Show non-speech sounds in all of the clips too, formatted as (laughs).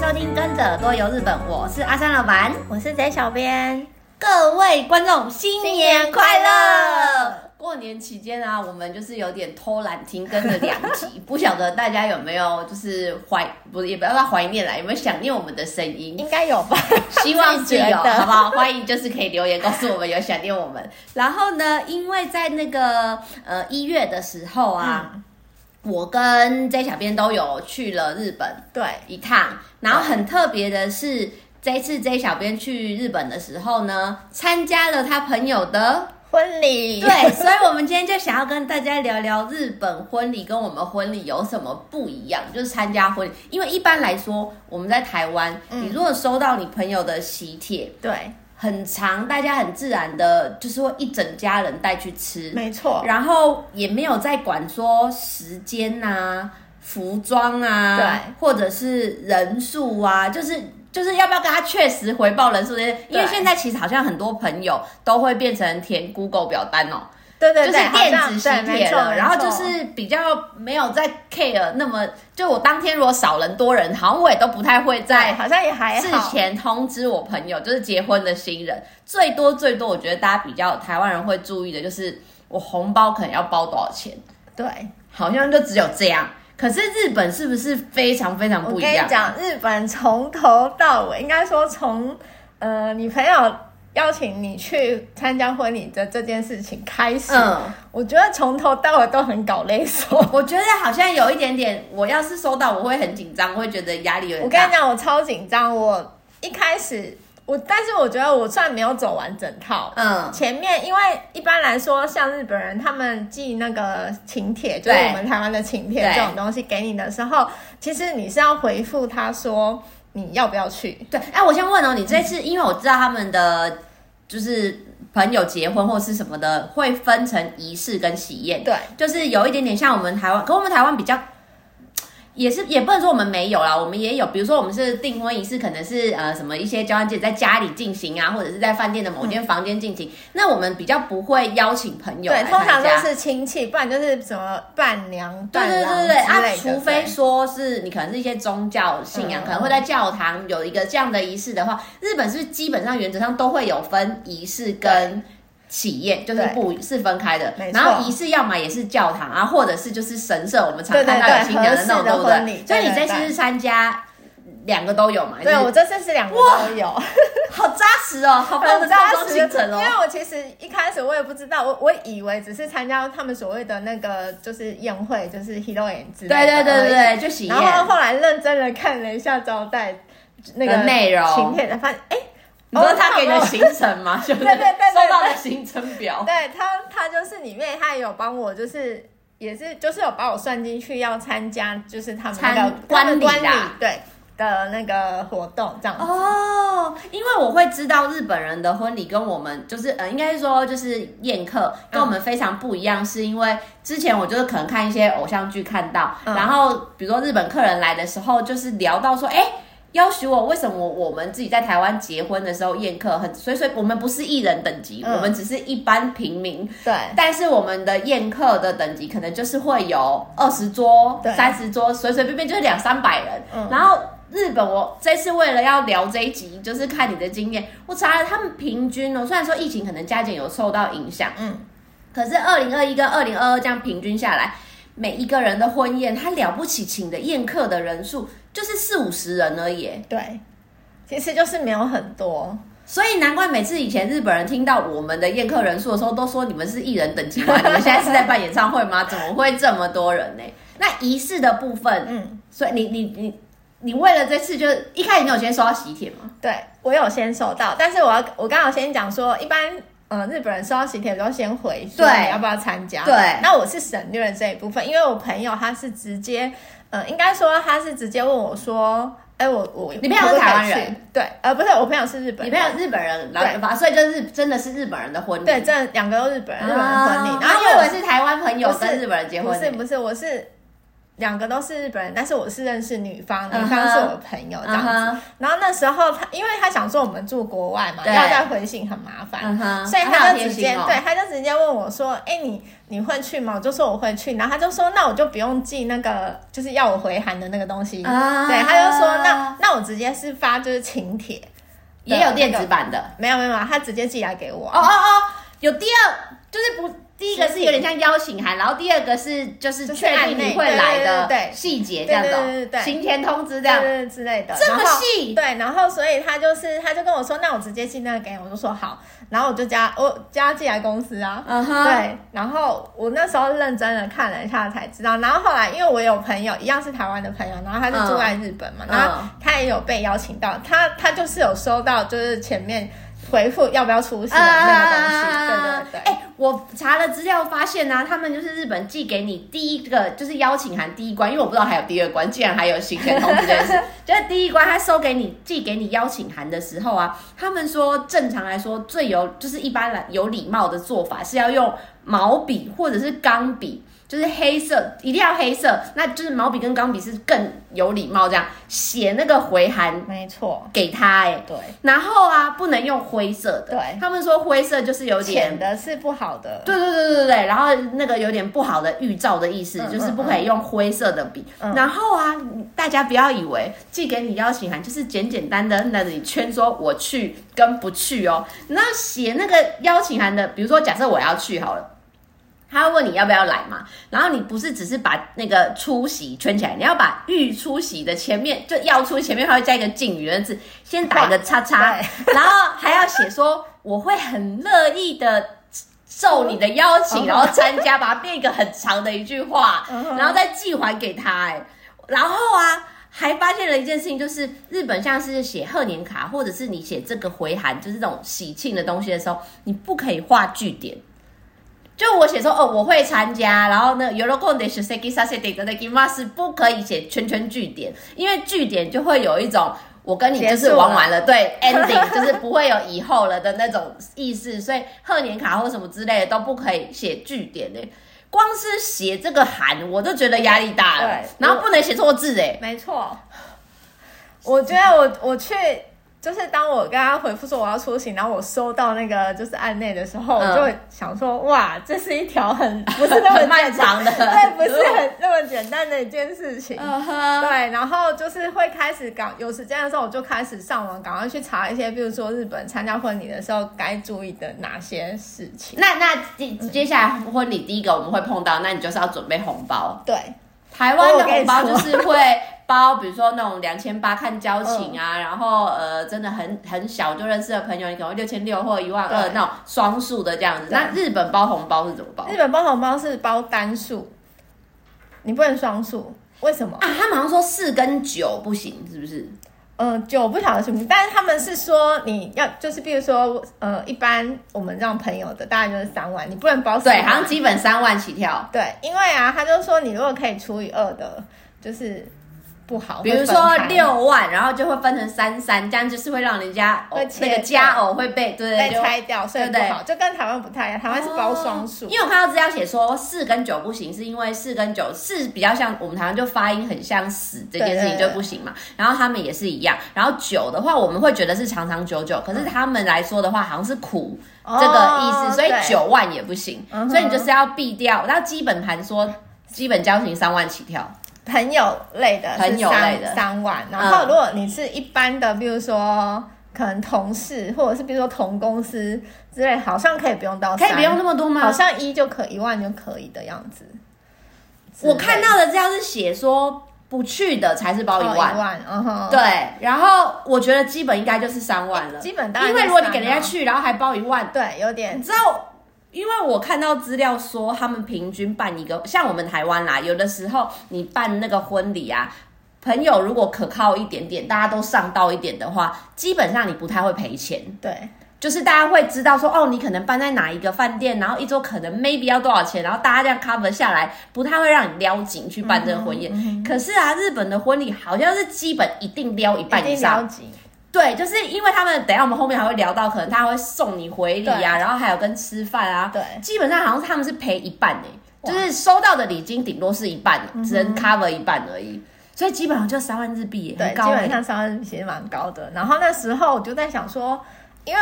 收听《跟着多游日本》，我是阿三老板。我是贼小编，各位观众，新年新年快快乐！过年期间啊，我们就是有点偷懒停更了两集， (laughs) 不晓得大家有没有就是怀不是也不要说怀念啦，有没有想念我们的声音？ (laughs) 应该有吧？希望是自己觉有，得好不好？欢迎就是可以留言告诉我们有想念我们。然后呢，因为在那个呃一月的时候啊，我跟 J 小编都有去了日本对，一趟，然后很特别的是，这次 J 小编去日本的时候呢，参加了他朋友的婚礼，对， (laughs) 所以，我们今天就想要跟大家聊聊日本婚礼跟我们婚礼有什么不一样，就是参加婚礼。因为一般来说，我们在台湾，嗯你如果收到你朋友的喜帖，对，很长，大家很自然的，就是会一整家人带去吃，没错，然后也没有在管说时间呐、服装啊，对，或者是人数啊，就是。就是要不要跟他确实回报人数这些，因为对现在其实好像很多朋友都会变成填 Google 表单哦、对对就对，是电子喜好像对帖没错了，然后啊没就错是比较没有在 care 那么，就我当天如果少人多人，好像我也都不太会对，在好像也还事好，前通知我朋友，就是结婚的新人，最多最多，我觉得大家比较台湾人会注意的就是我红包可能要包多少钱，对，好像就只有这样。可是日本是不是非常非常我不一跟你样？讲，日本从头到尾，应该说从呃，你朋友邀请你去参加婚礼的这件事情开始，嗯，我觉得从头到尾都很搞勒索。我觉得好像有一点点，我要是收到，我会很紧张，我会觉得压力有我点跟大你。讲，我超紧张，我一开始我，但是我觉得我算没有走完整套，嗯，前面，因为一般来说，像日本人他们寄那个请帖，就对是我们台湾的请帖对这种东西给你的时候，其实你是要回复他说你要不要去。对，哎、我先问哦，你这次因为我知道他们的就是朋友结婚或是什么的，会分成仪式跟喜宴，对，就是有一点点像我们台湾，可我们台湾比较。也是，也不能说我们没有啦，我们也有，比如说我们是订婚仪式，可能是呃什么一些交换戒指在家里进行啊，或者是在饭店的某间房间进行。那我们比较不会邀请朋嗯友对来，通常参都加是亲戚，不然就是什么伴娘、对伴对郎对之对类啊，的。除非说是你可能是一些宗教信仰，嗯可能会在教堂有一个这样的仪式的话，日本是不是基本上原则上都会有分仪式跟企业，就是不是分开的没。错然后仪式要么也是教堂啊，或者是就是神社，我们常对对看到有对新娘的那合种，适的对不婚礼对？所以对你对这次对是参加两个都有嘛？对就是我这次是两个都有， (laughs) 好扎实哦，好棒的很套扎装实行程因为哦。我其实一开始我也不知道，我我以为只是参加他们所谓的那个就是宴会，就是 hero 演之对类的而已。对对对对，就喜宴然。后后来认真的看了一下招待那个的呃内容请帖，才发现哦哎，你知道他给你的行程吗？ (laughs) 对对对对对收到的行程表。对他他就是里面他也有帮我，就是也是就是有把我算进去要参加，就是他们那参个他们观观礼啦对的那个活动这样子。哦，因为我会知道日本人的婚礼跟我们就是呃，应该是说就是宴客嗯跟我们非常不一样，是因为之前我就是可能看一些偶像剧看到，嗯然后比如说日本客人来的时候，就是聊到说，哎、要许我为什么我们自己在台湾结婚的时候宴客很，所以所以我们不是艺人等级，嗯我们只是一般平民，对但是我们的宴客的等级可能就是会有二十桌、对三十桌，随随便便就是两三百人。嗯然后日本，我这次为了要聊这一集，就是看你的经验，我查了他们平均哦，虽然说疫情可能加减有受到影响，嗯，可是二零二一跟二零二二这样平均下来，每一个人的婚宴，他了不起请的宴客的人数就是四五十人而已耶。对，其实就是没有很多。所以难怪每次以前日本人听到我们的宴客人数的时候，都说你们是艺人等级吗？你们现在是在办演唱会吗？怎么会这么多人呢？那仪式的部分，嗯，所以你你你你为了这次就一开始你有先收到喜帖吗？对我有先收到，但是我要我刚好先讲说，一般呃日本人收到喜帖都先回说对你要不要参加，对那我是省略了这一部分，因为我朋友他是直接，呃，应该说他是直接问我说，哎、我我你朋友是可不可以台湾人去，对，呃，不是，我朋友是日本你人，朋友日本人，然后对吧，所以就是真的是日本人的婚礼，对，这两个都日本人，日本人婚礼，然然后后我以我为是台湾朋友不是跟日本人结婚不呢，是不是，我是两个都是日本人，但是我是认识女方，嗯哼女方是我的朋友这样子。嗯哼然后那时候他，因为他想说我们住国外嘛，对要再回信很麻烦，嗯哼所以啊他他好就贴直心接、哦对，他就直接问我说：“哎、你你会去吗？”我就说我会去，然后他就说：“那我就不用寄那个，就是要我回函的那个东西。啊对，他就说：“那那我直接是发就是请帖，也有电子版的。没有没有，没有他直接寄来给我。哦哦哦，有第二就是不，第一个是有点像邀请函，然后第二个是就是就是确定你会来对对对的对细节这样子哦，对对对对对行前通知这对样。对对之类的，这么然后细对，然后所以他就是，他就跟我说，那我直接寄那个给你，我就说好，然后我就加我加他寄来公司啊，嗯哼对，然后我那时候认真的看了一下才知道，然后后来因为我有朋友一样是台湾的朋友，然后他是住在日本嘛，嗯然后他也有被邀请到，他他就是有收到就是前面回复要不要出席的那个东西，啊对对对，哎、我查了资料发现呢、啊，他们就是日本寄给你第一个就是邀请函第一关，因为我不知道还有第二关，竟然还有行前通知这件事。 (laughs) 就是第一关他收给你寄给你邀请函的时候啊，他们说正常来说最有就是一般来有礼貌的做法是要用毛笔或者是钢笔。就是黑色，一定要黑色，那就是毛笔跟钢笔是更有礼貌，这样写那个回函没错，给他、哎，对，然后啊，不能用灰色的，对他们说灰色就是有浅点，的是不好的，对对对对对对，然后那个有点不好的预兆的意思，嗯就是不可以用灰色的笔。嗯然后啊，大家不要以为寄给你邀请函就是简简单单那里圈说我去跟不去哦，那写那个邀请函的，比如说假设我要去好了。他会问你要不要来嘛，然后你不是只是把那个出席圈起来，你要把预出席的前面就要出席前面，它会加一个敬语的字，先打一个 (laughs) 叉叉，然后还要写说我会很乐意的受你的邀嗯请，然后参加，把它变一个很长的一句话，嗯哼然后再寄还给他、哎，然后啊。还发现了一件事情，就是日本像是写贺年卡，或者是你写这个回函，就是这种喜庆的东西的时候，你不可以画句点。就我写说哦，我会参加，然后呢，喜んで出席させていただきます，不可以写圈圈句点，因为句点就会有一种我跟你就是玩完了，对，ending 就是不会有以后了的那种意思，所以贺年卡或什么之类的都不可以写句点呢、欸光是写这个函，我都觉得压力大了对，然后不能写错字哎、没错，我觉得我我去，就是当我跟他回复说我要出行，然后我收到那个就是案内的时候，嗯我就会想说，哇，这是一条 (laughs) 很不是那么很漫长的 (laughs) 简单对，不是 (laughs) 很那么简单的一件事情。嗯哼，对，然后就是会开始赶，有时间的时候我就开始上网，赶快去查一些，比如说日本参加婚礼的时候该注意的哪些事情。那那接接下来婚礼第一个我们会碰到，那你就是要准备红包。对，台湾的红包就是会包，比如说那种两千八看交情啊，然后呃，真的很很小就认识的朋友，你可能六千六或一万二对那种双数的这样子。对那日本包红包是怎么包？日本包红包是包单数，你不能双数，为什么？啊，他们好像说四跟九不行，是不是？呃，酒不晓得行不行，但是他们是说你要就是，比如说，呃，一般我们这种朋友的大概就是三万，你不能包四对，万好像基本三万起跳。对，因为啊，他就说你如果可以除以二的，就是不好，比如会分说开六万，然后就会分成三三，这样就是会让人家、哦会、切那个加偶会被对对被对就哦拆掉，所以不对好，就跟台湾不太一样，台湾是包双数，哦因为我看到资料写说四跟九不行，是因为四跟九四比较像我们台湾就发音很像死这件事情对对对就不行嘛，然后他们也是一样，然后九的话我们会觉得是长长久久，可是他们来说的话好像是苦。嗯哦这个意思，所以对九万也不行，嗯哼所以你就是要避掉。那基本盘说，基本交情三万起跳，朋友类的是朋友类的三三万，然后嗯如果你是一般的，比如说可能同事或者是比如说同公司之类，好像可以不用到可三，以不用那么多吗？好像一就可一万就可以的样子。我看到的资料是写说不去的才是包哦一一万，万，嗯哼，对，然后我觉得基本应该就是三万了，哎基本当然因是为如果你给三人啊家去，然后还包一万，对，有点你知道，因为我看到资料说，他们平均办一个，像我们台湾啦，有的时候你办那个婚礼啊，朋友如果可靠一点点，大家都上到一点的话，基本上你不太会赔钱。对，就是大家会知道说，哦，你可能办在哪一个饭店，然后一周可能 maybe 要多少钱，然后大家这样 cover 下来，不太会让你撩紧去办这个婚嗯宴。可是啊，日本的婚礼好像是基本一定撩一一半以定上着，急，对，就是因为他们，等一下我们后面还会聊到，可能他会送你回礼对啊，然后还有跟吃饭啊，对基本上好像他们是赔一半哎、就是收到的礼金顶多是一半，嗯只能 cover 一半而已，所以基本上就三万日币耶，对，嗯很基高欸嗯耶本上三万其实蛮高的。然后那时候我就在想说，因为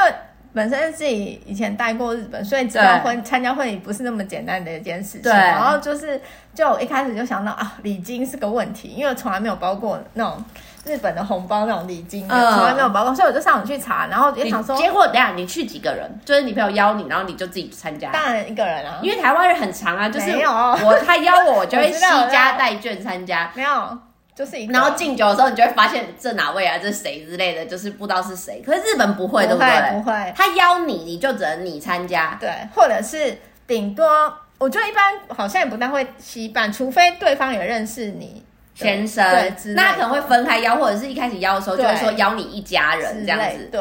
本身自己以前待过日本，所以知道对婚参加婚礼不是那么简单的一件事情。对然后就是，就我一开始就想到啊，礼金是个问题，因为我从来没有包过那种日本的红包那种礼金的，嗯从来没有包过，所以我就上网去查，然后也你想说，结果等一下你去几个人？就是你朋友邀你，然后你就自己参加。当然一个人啊，因为台湾人很长啊，就是没有我他邀我，我就会我知惜道家带眷参加。没有，就是一个然后敬酒的时候，你就会发现这哪位啊，这谁之类的，就是不知道是谁。可是日本不会，对不会对？不会，他邀你，你就只能你参加。对，或者是顶多，我觉得一般好像也不太会稀办，除非对方也认识你的先生对之，类的那可能会分开邀，或者是一开始邀的时候就对会说邀你一家人之这样类子。对，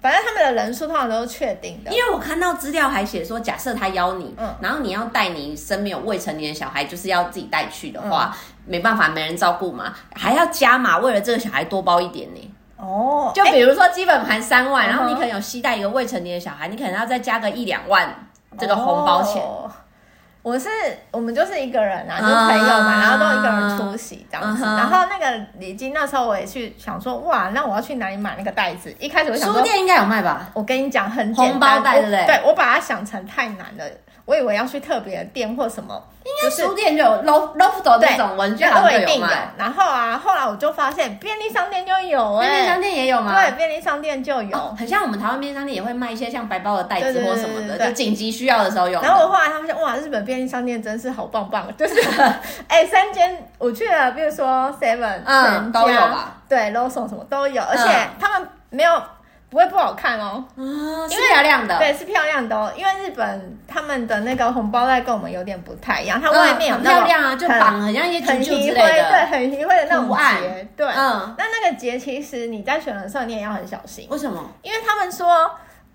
反正他们的人数通常都是确定的因。为我看到资料还写说，假设他邀你，嗯然后你要带你身边有未成年的小孩，就是要自己带去的话，嗯没办法，没人照顾嘛，还要加码，为了这个小孩多包一点呢。哦，就比如说基本盘三万，嗯哼然后你可能有携带一个未成年的小孩，你可能要再加个一两万这个红包钱。哦我是我们就是一个人啊，嗯就是朋友嘛，然后都一个人出席这样子。嗯哼然后那个礼金那时候我也去想说，哇，那我要去哪里买那个袋子？一开始我想书说，店应该有卖吧？我跟你讲很简单，红包袋我对不对对我把它想成太难了，我以为要去特别的店或什么，就应该是书店就有 loft loft 那种文具那行我就一定有有卖，。然后啊，后来我就发现便利商店就有哎、便利商店也有吗？对，便利商店就有。哦，很像我们台湾便利商店也会卖一些像白包的袋对子对或什么对对的，对就紧急需要的时候用的。然后我后来他们说，哇，日本便利商店真是好棒棒， (laughs) 就是哎、三间我去了，比如说 Seven，嗯都有吧？对，Lawson 什么都有，而且嗯他们没有不会不好看哦，啊，因是为漂亮的，对，是漂亮的哦，因为日本他们的那个红包袋跟我们有点不太一样，它嗯，外面有很那漂种亮啊，就很绑很像一些很啾啾稀之类灰，对，的。很稀灰的那图种案结，对，嗯，那那个节其实你在选的时候你也要很小心，为什么？因为他们说，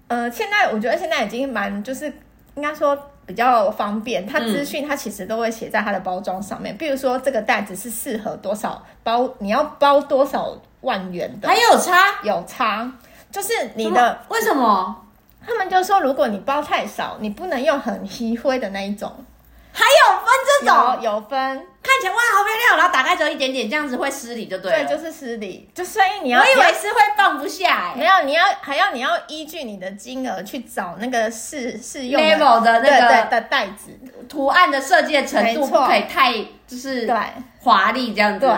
呃，现在我觉得现在已经蛮就是应该说比较方便，嗯它资讯它其实都会写在它的包装上面，比如说这个袋子是适合多少包，你要包多少万元的还，有差？有差，就是你什么的，为什么？他们就说如果你包太少，你不能用很稀灰的那一种，还有分这种？有有分，看起来哇，好漂亮！然后打开只有一点点，这样子会失礼就对了。对，就是失礼，就所以你要我以你要为是会放不下、没欸、有，你要还要你要依据你的金额去找那个适适用 level 的对那对个嗯的袋子，图案的设计的程度，没不错可以太就是对华丽这样子。对。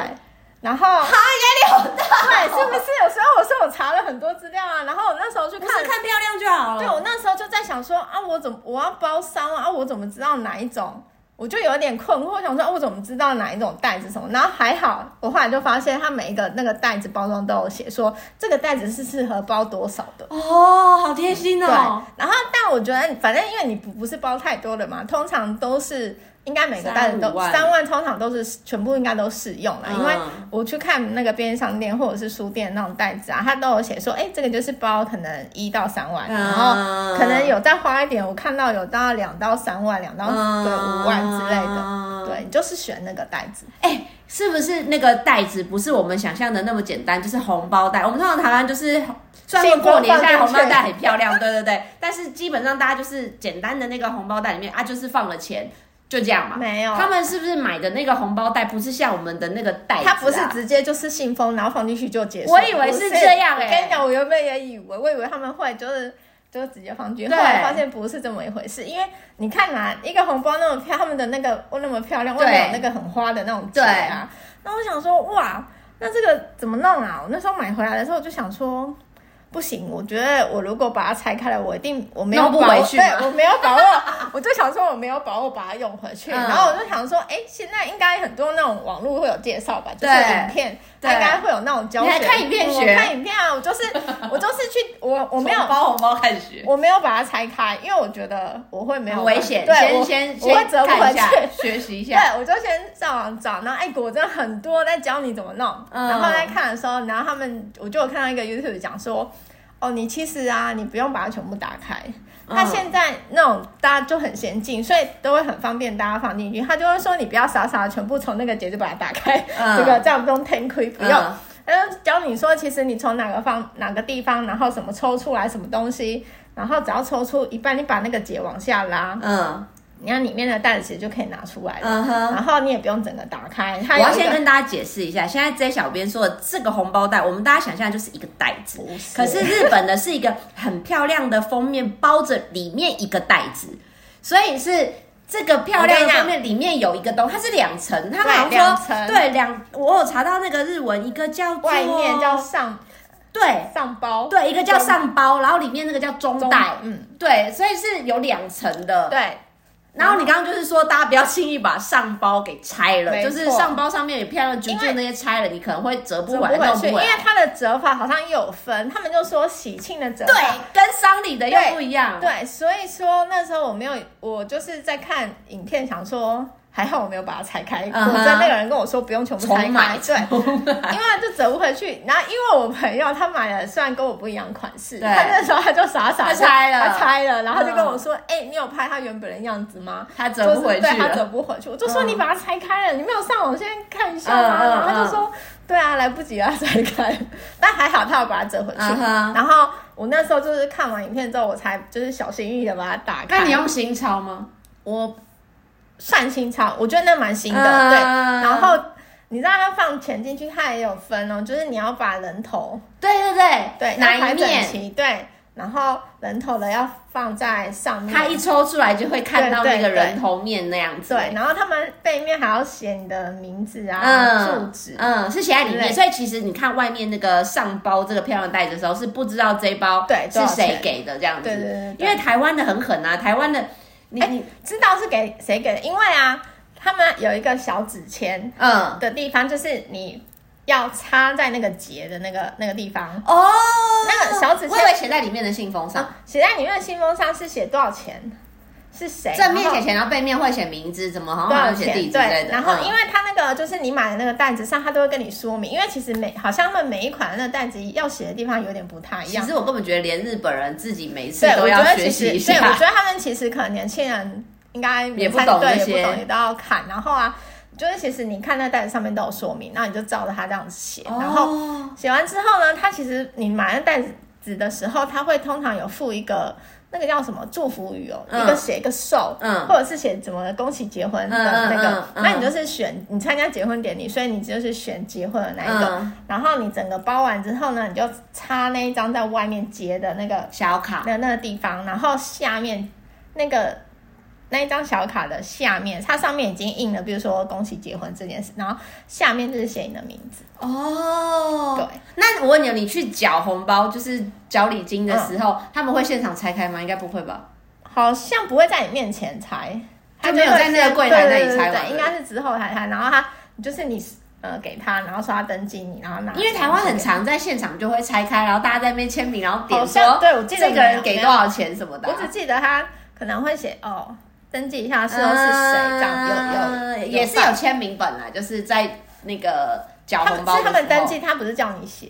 然后啊，压力嗯好大、对，是不是？有时候我说我查了很多资料啊，然后我那时候去不看，是看漂亮就好了。对我那时候就在想说啊，我怎么我要包三万啊？我怎么知道哪一种？我就有点困惑，我想说、啊、我怎么知道哪一种袋子什么？然后还好，我后来就发现它每一个那个袋子包装都有写说这个袋子是适合包多少的。哦，好贴心对哦。，然后但我觉得，反正因为你不不是包太多的嘛，通常都是应该每个袋子都三五万三万，通常都是全部应该都适用啦。嗯因为我去看那个便利商店或者是书店那种袋子啊，它都有写说，哎，这个就是包可能一到三万，嗯然后可能有再花一点，我看到有到两到三万，两到对五万之类的。的对，你就是选那个袋子，嗯哎、是不是那个袋子不是我们想象的那么简单？就是红包袋，我们通常台湾就是。虽然说过年现在红包袋很 (laughs) 漂亮，对对对，但是基本上大家就是简单的那个红包袋里面啊，就是放了钱，就这样嘛。没有啊他们是不是买的那个红包袋不是像我们的那个袋子、啊？它不是直接就是信封，然后放进去就结束。我以为不是这样我欸跟你讲，我原本也以为，我以为他们会就是就直接放进去，对后来发现不是这么一回事。因为你看嘛、一个红包那么漂，他们的那个那么漂亮，外面有那个很花的那种结啊。那我想说，哇，那这个怎么弄啊？我那时候买回来的时候，我就想说。不行，我觉得我如果把它拆开来，我一定我没有弄不把握回去对吗我没有把握，我就想说我没有把握把它用回去，嗯然后我就想说，哎、现在应该很多那种网络会有介绍吧，就是对影片，它对应该会有那种教学。你还看影片我学看影片啊，我就是我就是去我我没有红包红包看学，我没有把它拆开，因为我觉得我会没有很危险。对，先我先我会先折不看回一下去。，学习一对下。，我就先上网找，然后哎，果真很多在教你怎么弄，嗯然后在看的时候，然后他们我就有看到一个 YouTube 讲说，哦，你其实啊，你不用把它全部打开，嗯它现在那种大家就很先进，所以都会很方便大家放进去。他就会说你不要傻傻的全部从那个节就把它打开，嗯这个这样不用 ten quick 不用嗯。然后教你说，其实你从哪个方哪个地方，然后什么抽出来什么东西，然后只要抽出一半，你把那个结往下拉，嗯，你看里面的袋子其实就可以拿出来了，嗯哼。然后你也不用整个打开。它我有要一先个跟大家解释一下，现在 J 小编说的这个红包袋，我们大家想象就是一个袋子，不是可是日本的是一个很漂亮的封面，包着里面一个袋子，所以是这个漂亮的封面里面有一个东，它是两层，它对好两像说层对两，我有查到那个日文，一个叫做外面叫上对上包，对，一个叫上包，然后里面那个叫中中袋，嗯嗯，对，所以是有两层的。对，然后你刚刚就是说，大家不要轻易把上包给拆了，没就错是上包上面有漂亮的啾因啾为那些拆了，你可能会折不折完、弄去，因不完。为它的折法好像也有分，他们就说喜庆的折对法，，跟丧礼的又不一样。对，所以说那时候我没有，我就是在看影片，想说还好我没有把它拆开。嗯哼果真那个人跟我说不用全部拆重买开，对， (laughs) 因为就折不回去。然后因为我朋友他买了，虽然跟我不一样款式，对他那时候他就傻傻他的拆了他拆了，然后他就嗯跟我说：“哎、你有拍他原本的样子吗？”他折不回去就是 (laughs) 对他了折不回去。我就说嗯你把它拆开了，你没有上网先看一下嗯吗？嗯然后他嗯就说。对啊，来不及了，拆开。但还好他有把它折回去。嗯哼然后我那时候就是看完影片之后，我才就是小心翼翼的把它打开。那你用新钞吗？我算新钞，我觉得那蛮新的，嗯对。然后你知道它放钱进去，它也有分哦，就是你要把人头对对对对哪要排一整面？齐对，然后人头的要放在上面。他一抽出来就会看到对那对个人头面那样子。对，然后他们背面还要写你的名字啊、住嗯址，嗯，是写在里对面，不对所以其实你看外面那个上包这个漂亮袋子的时候，是不知道这一包对是多少谁钱给的这样子。对对对对因为台湾的很狠啊，台湾的你哎你知道是给谁给的，因为啊，他们有一个小纸签嗯的地方，就是你要插在那个结的那个那个地方，哦，那个小纸我以为签写在里面的信封上，写在里面的信封上是写多少钱，是谁正面写然后钱，然后背面会写名字，怎么好多像少还有写钱？地址嗯之类对，的。然后因为为它那个就是你买的那个袋子上，它都会跟你说明，因为其实每好像他们每一款的那个袋子要写的地方有点不太一其样。实我根本觉得连日本人自己每次对，都我要觉得学其习一实，对，我下觉。得他们其实可能年轻人应该也不懂对，那也些不懂，也都要看。然后啊，就是其实你看那袋子上面都有说明，那你就照着它这样子写，然后哦写完之后呢，它其实你买那袋子的时候，它会通常有附一个那个叫什么祝福语哦，嗯一个写一个寿，嗯或者是写怎么恭喜结婚的嗯嗯那个，嗯嗯那你就是选你参加结婚典礼，所以你就是选结婚的那一个，嗯然后你整个包完之后呢，你就插那一张在外面结的那个小卡，的那个地方，然后下面那个。那一张小卡的下面，它上面已经印了，比如说恭喜结婚这件事，然后下面就是写你的名字，哦，对。那我问你，你去缴红包，就是缴礼金的时候，嗯他们会现场拆开吗？应该不会吧？好像不会在你面前拆，就没有在那个柜台那里拆对对嘛对对应该是之后才拆。然后他就是你呃给他，然后说他登记你，然后拿。因为台湾很，常在现场就会拆开，然后大家在那边签名，然后点好说像对我记得这个人没给有多少钱什么的我啊。只记得他可能会写哦，登记一下是是谁这样，有有嗯也是有签名本啊，就是在那个缴他红们包的是他们时候登记，他不是叫你写，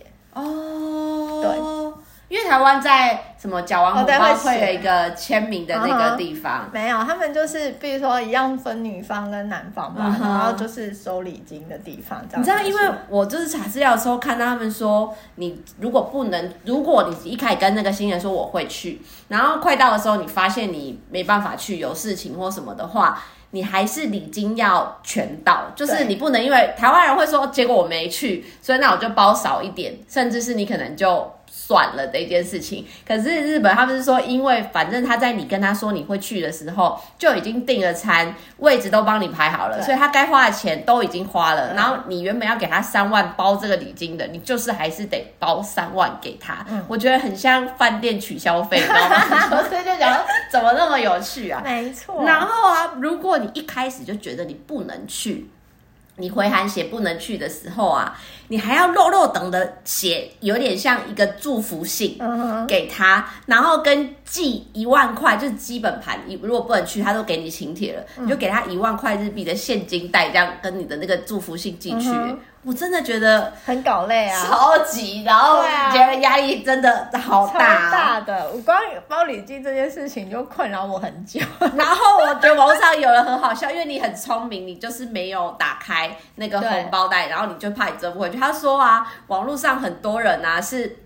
哦，对，因为台湾在什么缴完红哦包对会会写嗯有一个签名的那个地方，没有，他们就是比如说一样分女方跟男方嘛嗯，哼然后就是收礼金的地方这样子你知说。道，因为我就是查资料的时候看到他们说，你如果不能，如果你一开始跟那个新人说我会去，然后快到的时候你发现你没办法去，有事情或什么的话，你还是礼金要全到，就是对你不能因为台湾人会说，哦结果我没去，所以那我就包少一点，甚至是你可能就。算了的一件事情，可是日本他们是说，因为反正他在你跟他说你会去的时候，就已经订了餐，位置都帮你排好了，对所以他该花的钱都已经花了，嗯然后你原本要给他三万包这个礼金的，你就是还是得包三万给他。我觉得很像饭店取消费，你知道吗？嗯 (laughs) 所以就讲怎么那么有趣啊？没错，然后啊，如果你一开始就觉得你不能去，你回函写不能去的时候啊，你还要肉肉等的写，有点像一个祝福信。嗯哼。给他，然后跟寄一万块，就是基本盘。你如果不能去，他都给你请帖了，嗯你就给他一万块日币的现金袋，这样跟你的那个祝福信寄去。嗯哼我真的觉得很搞累啊，超级，然后对啊觉得压力真的好超大、哦啊大的，我光包礼金这件事情就困扰我很 (laughs) 久。然后我觉得网络上有人很好笑，因为你很聪明，你就是没有打开那个对红包袋，然后你就怕你折不回去。他说啊，网络上很多人啊是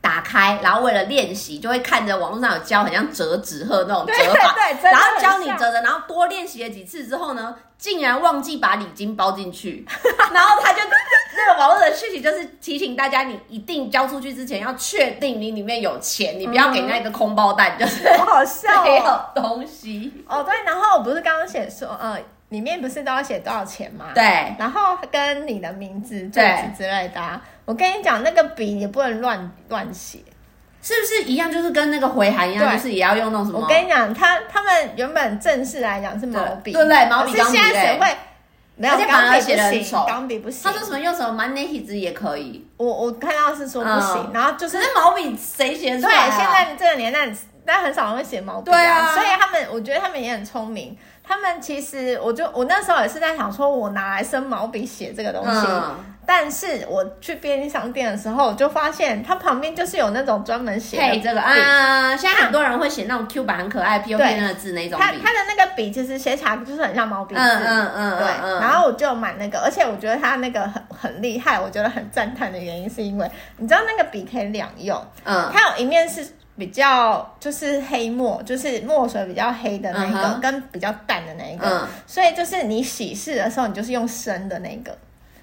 打开，然后为了练习，就会看着网络上有教，很像折纸鹤那种对折法，对真的然后很教你像折的，然后多练习了几次之后呢，竟然忘记把礼金包进去， (laughs) 然后他就那个网络的讯息就是提醒大家，你一定交出去之前要确定你里面有钱，你不嗯要给人家一个空包蛋，就是好好笑没哦。有东西。哦，对，然后我不是刚刚写说，呃，里面不是都要写多少钱吗？。对，然后跟你的名字、住对址之类的、啊，我跟你讲，那个笔也不能乱乱写。是不是一样？就是跟那个回函一样，对就是也要用那种什么？我跟你讲，他他们原本正式来讲是毛笔，对对对毛笔可是钢笔现在类谁会？没有而且反而钢笔写得很不丑行，钢笔不行。他说什么用什么 money 也可以，我我看到是说不行，嗯然后就是可是毛笔谁写得出对，来、啊？现在这个年代，大家很少人会写毛笔、对啊所以他们，我觉得他们也很聪明。他们其实，我就我那时候也是在想，说我拿来生毛笔写这个东西，嗯但是我去便利商店的时候，我就发现它旁边就是有那种专门写配的这个笔啊，现在很多人会写那种 Q 版很可爱 P O P 对那个字那种它笔，它的那个笔其实写起来就是很像毛笔嗯字，嗯嗯对，嗯嗯，然后我就买那个，而且我觉得它那个很很厉害，我觉得很赞叹的原因是因为你知道那个笔可以两用，嗯它有一面是比较就是黑墨，就是墨水比较黑的那一个嗯哼跟比较淡的那一个，嗯，所以就是你洗拭的时候，你就是用深的那个。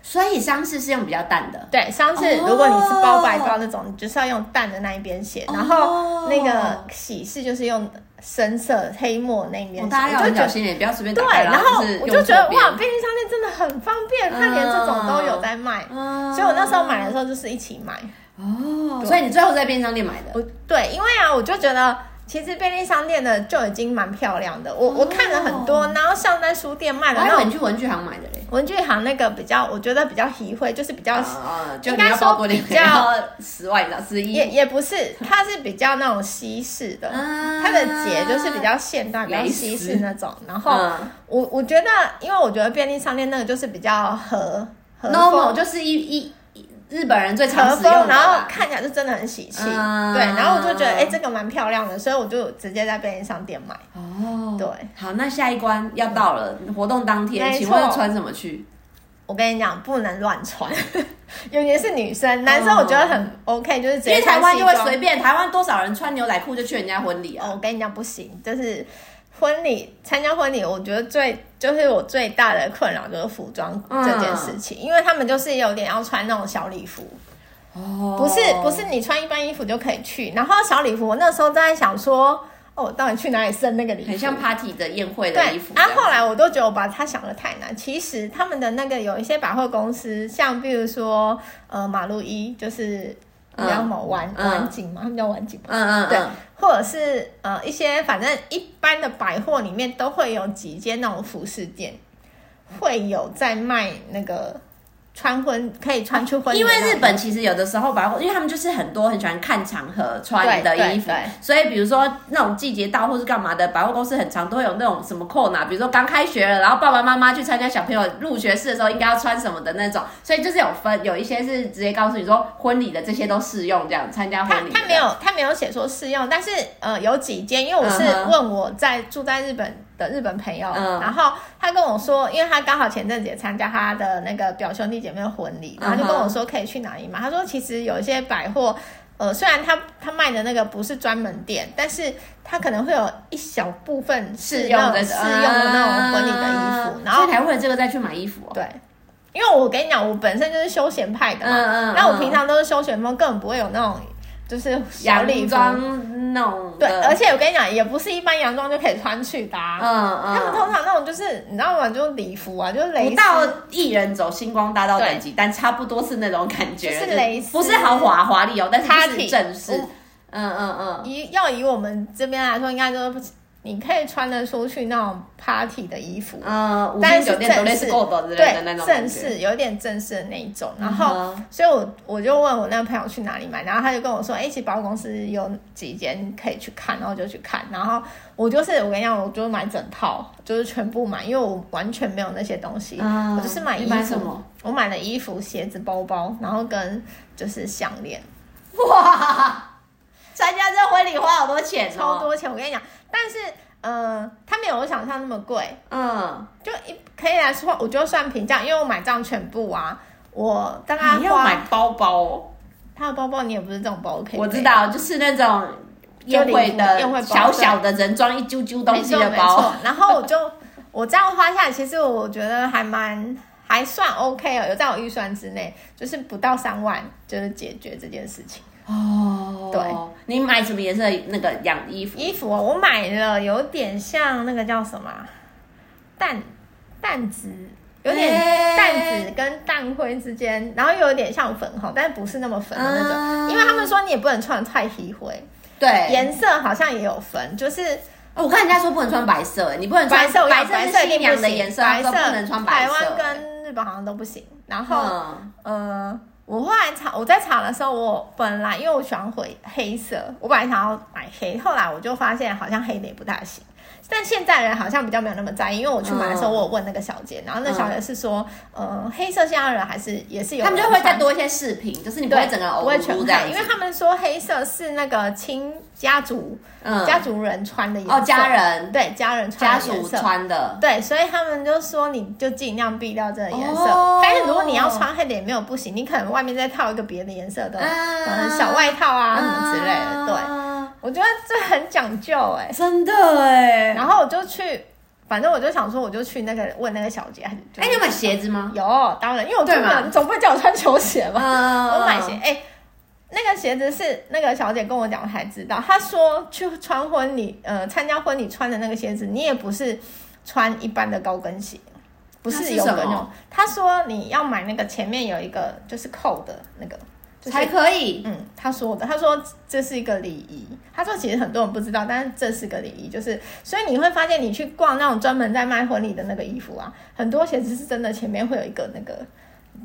所以上市是用比较淡的，对，上次哦如果你是包白包那种，你就是要用淡的那一边写，哦然后那个洗拭就是用深色黑墨那一边哦写，大家要我就很觉小得。心点，不要随便打对，开，然后后是我用就觉得错边哇，，便利商店真的很方便，它连这种都有在卖，嗯所以我那时候买的时候就是一起买。哦，所以你最后在便利商店买的，我对，因为啊，我就觉得其实便利商店的就已经蛮漂亮的，我、我看了很多，然后像在书店卖哦我的还以那为种啊你去文具行买的嘞，文具行那个比较，我觉得比较体会，就是比较、啊，就应你该要包说多点，比较十万以上，十也一，也不是，它是比较那种西式的，啊它的结就是比较现代、比较蕾丝西式那种。然后、嗯我我觉得，因为我觉得便利商店那个就是比较和和，normal 风。就是一一一日本人最常和使风，用的然后啦，看起来就真的很喜气，嗯对。然后我就觉得，哎、这个蛮漂亮的，所以我就直接在便利商店买。哦，对，好，那下一关要到了，活动当天，没请问错穿什么去？我跟你讲，不能乱穿， (laughs) 尤其是女生，男生我觉得很 OK，、就是直哦接因为台湾就会随便。便，台湾多少人穿牛仔裤就去人家婚礼哦，啊？我跟你讲不行，就是婚礼参加婚礼，我觉得最就是我最大的困扰就是服装嗯这件事情，因为他们就是有点要穿那种小礼服，哦，不是、不是你穿一般衣服就可以去。然后小礼服，我那时候在想说，哦，我到底去哪里生那个礼服？很像 party 的宴会的对衣服，这啊样。后来我都觉得我把它想的太难。其实他们的那个有一些百货公司，像比如说呃马路一，就是你知道嗯某玩嗯玩景嘛，他们叫玩景嘛，嗯嗯对嗯，或者是呃一些反正一般的百货里面都会有几间那种服饰店，会有在卖那个穿婚可以穿出婚礼因的为那种，日本其实有的时候吧，因为他们就是很多很喜欢看场合穿的对对衣服对，所以比如说那种季节到或是干嘛的，百货公司很常都会有那种什么扣拿，比如说刚开学了，然后爸爸妈妈去参加小朋友入学式的时候应该要穿什么的那种，所以就是有分，有一些是直接告诉你说婚礼的这些都适用，这样参加他婚礼的他没有他没有写说适用，但是呃有几间，因为我是嗯哼问我在住在日本的日本朋友，嗯然后他跟我说，因为他刚好前阵子也参加他的那个表兄弟姐妹的婚礼，然后就跟嗯我说可以去哪里买，他说其实有一些百货。呃，虽然他他卖的那个不是专门店，但是他可能会有一小部分是适用那的种适用的嗯那种婚礼的衣服，啊然后所以才为了这个再去买衣服哦。对，因为我跟你讲，我本身就是休闲派的嘛，嗯嗯那嗯我平常都是休闲风，根本不会有那种就是小洋礼服。装那种对，的而且我跟你讲，也不是一般洋装就可以穿去的、啊。嗯他们嗯，通常那种就是你知道吗？就是礼服啊，就是蕾不丝，到艺人走星光大道等级，但差不多是那种感觉，就是蕾丝不是豪华华丽哦，但是它是 Party 正式我。嗯嗯嗯，以要以我们这边来说，应该就是你可以穿得出去那种 party 的衣服，啊呃，五但星是酒店都正类似式 Gold 之类的那对，种正感觉。式有点正式的那一种。然后嗯哼所以我我就问我那个朋友去哪里买，然后他就跟我说，哎、其实百货公司有几间可以去看，然后我就去看，然后我就是我跟你讲，我就买整套，就是全部买，因为我完全没有那些东西，嗯我就是买衣你服，买什么？我买了衣服、鞋子、包包，然后跟就是项链，哇，参加这婚礼花好多钱哦，超。多钱。我跟你讲，但是呃，它没有我想象那么贵，嗯，就一可以来说，我就算平价，因为我买这样全部啊，我大概你要花买包包哦，他的包包你也不是这种包可以背，我知道，就是那种宴会的宴会包小小的人装一揪揪东没西错的没错包，。 (laughs) 然后我就我这样花下来，其实我觉得还蛮还算 OK 哦，有在我预算之内，就是不到三万就是解决这件事情。哦，对，你买什么颜色的那个洋衣服？衣服、哦、我买了，有点像那个叫什么啊淡淡紫，有点欸淡紫跟淡灰之间，然后又有点像粉红，但不是那么粉的那种。嗯因为他们说你也不能穿得太黑灰，对，颜色好像也有分，就是哦我看人家说不能穿白色，欸你不能穿白色我白想色白是色新一定娘不的行颜色，白他色说不能穿白台色。湾跟日本好像都不行。然后、嗯，呃，我后来查我在查的时候，我本来因为我喜欢灰黑色，我本来想要买黑，后来我就发现好像黑的也不大行。但现在人好像比较没有那么在意，因为我去买的时候，嗯我有问那个小姐，然后那小姐是说，呃，黑色现在人还是也是有他人们穿，就会再多一些饰品，就是你不对会整个不欧会撸全这样黑，子，因为他们说黑色是那个亲家族、嗯家族人穿的颜色，哦家人对家人穿家的颜属色穿的，对，所以他们就说你就尽量避掉这个颜色。哦但是如果你要穿黑的也没有不行，你可能外面再套一个别的颜色的，啊嗯，小外套啊什么之类的。对，啊我觉得这很讲究哎、真的哎。然后我就去，反正我就想说，我就去那个问那个小姐，哎，你有买鞋子吗？有当然，因为我出对嘛门总不会叫我穿球鞋吧？嗯我买鞋，哎、那个鞋子是那个小姐跟我讲，我才知道。她说去穿婚礼，呃，参加婚礼穿的那个鞋子，你也不是穿一般的高跟鞋，不那是是有什跟么种。她说你要买那个前面有一个就是扣的那个，就是才可以。嗯，她说的，她说这是一个礼仪。她说其实很多人不知道，但是这是个礼仪，就是所以你会发现，你去逛那种专门在卖婚礼的那个衣服啊，很多鞋子是真的前面会有一个那个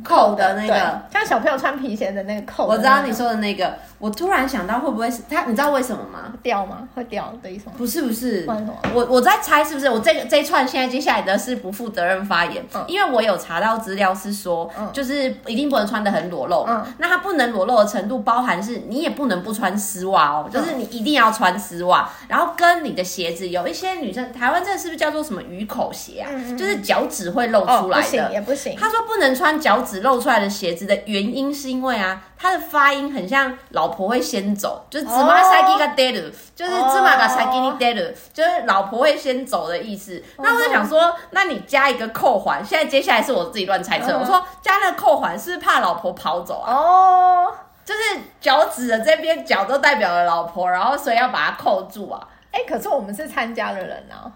扣的那对个，像小朋友穿皮鞋的那个扣的我那知个、道你说的那个，我突然想到会不会是他？你知道为什么吗？掉吗？会掉的意思吗？不是不是为什么，我我在猜是不是我这这一串现在接下来的是不负责任发言，嗯因为我有查到资料是说，嗯就是一定不能穿的很裸露嘛。嗯那它不能裸露的程度，包含是你也不能不穿丝袜哦，嗯就是你一定要穿丝袜，然后跟你的鞋子有一些女生，台湾这是不是叫做什么鱼口鞋啊？嗯嗯嗯就是脚趾会露哦出来哦不的，行也不行。他说不能穿脚趾露出来的鞋子的原因是因为啊，他的发音很像老婆会先走，就是芝麻塞给个 d a 就是芝麻嘎塞给你 d a 就是老婆会先走的意思。那我就想说，那你加一个扣环，现在接下来是我自己乱猜测，嗯我说加那个扣环是不是怕老婆跑走啊？哦，就是脚趾的这边脚都代表了老婆，然后所以要把它扣住啊。哎、可是我们是参加的人啊，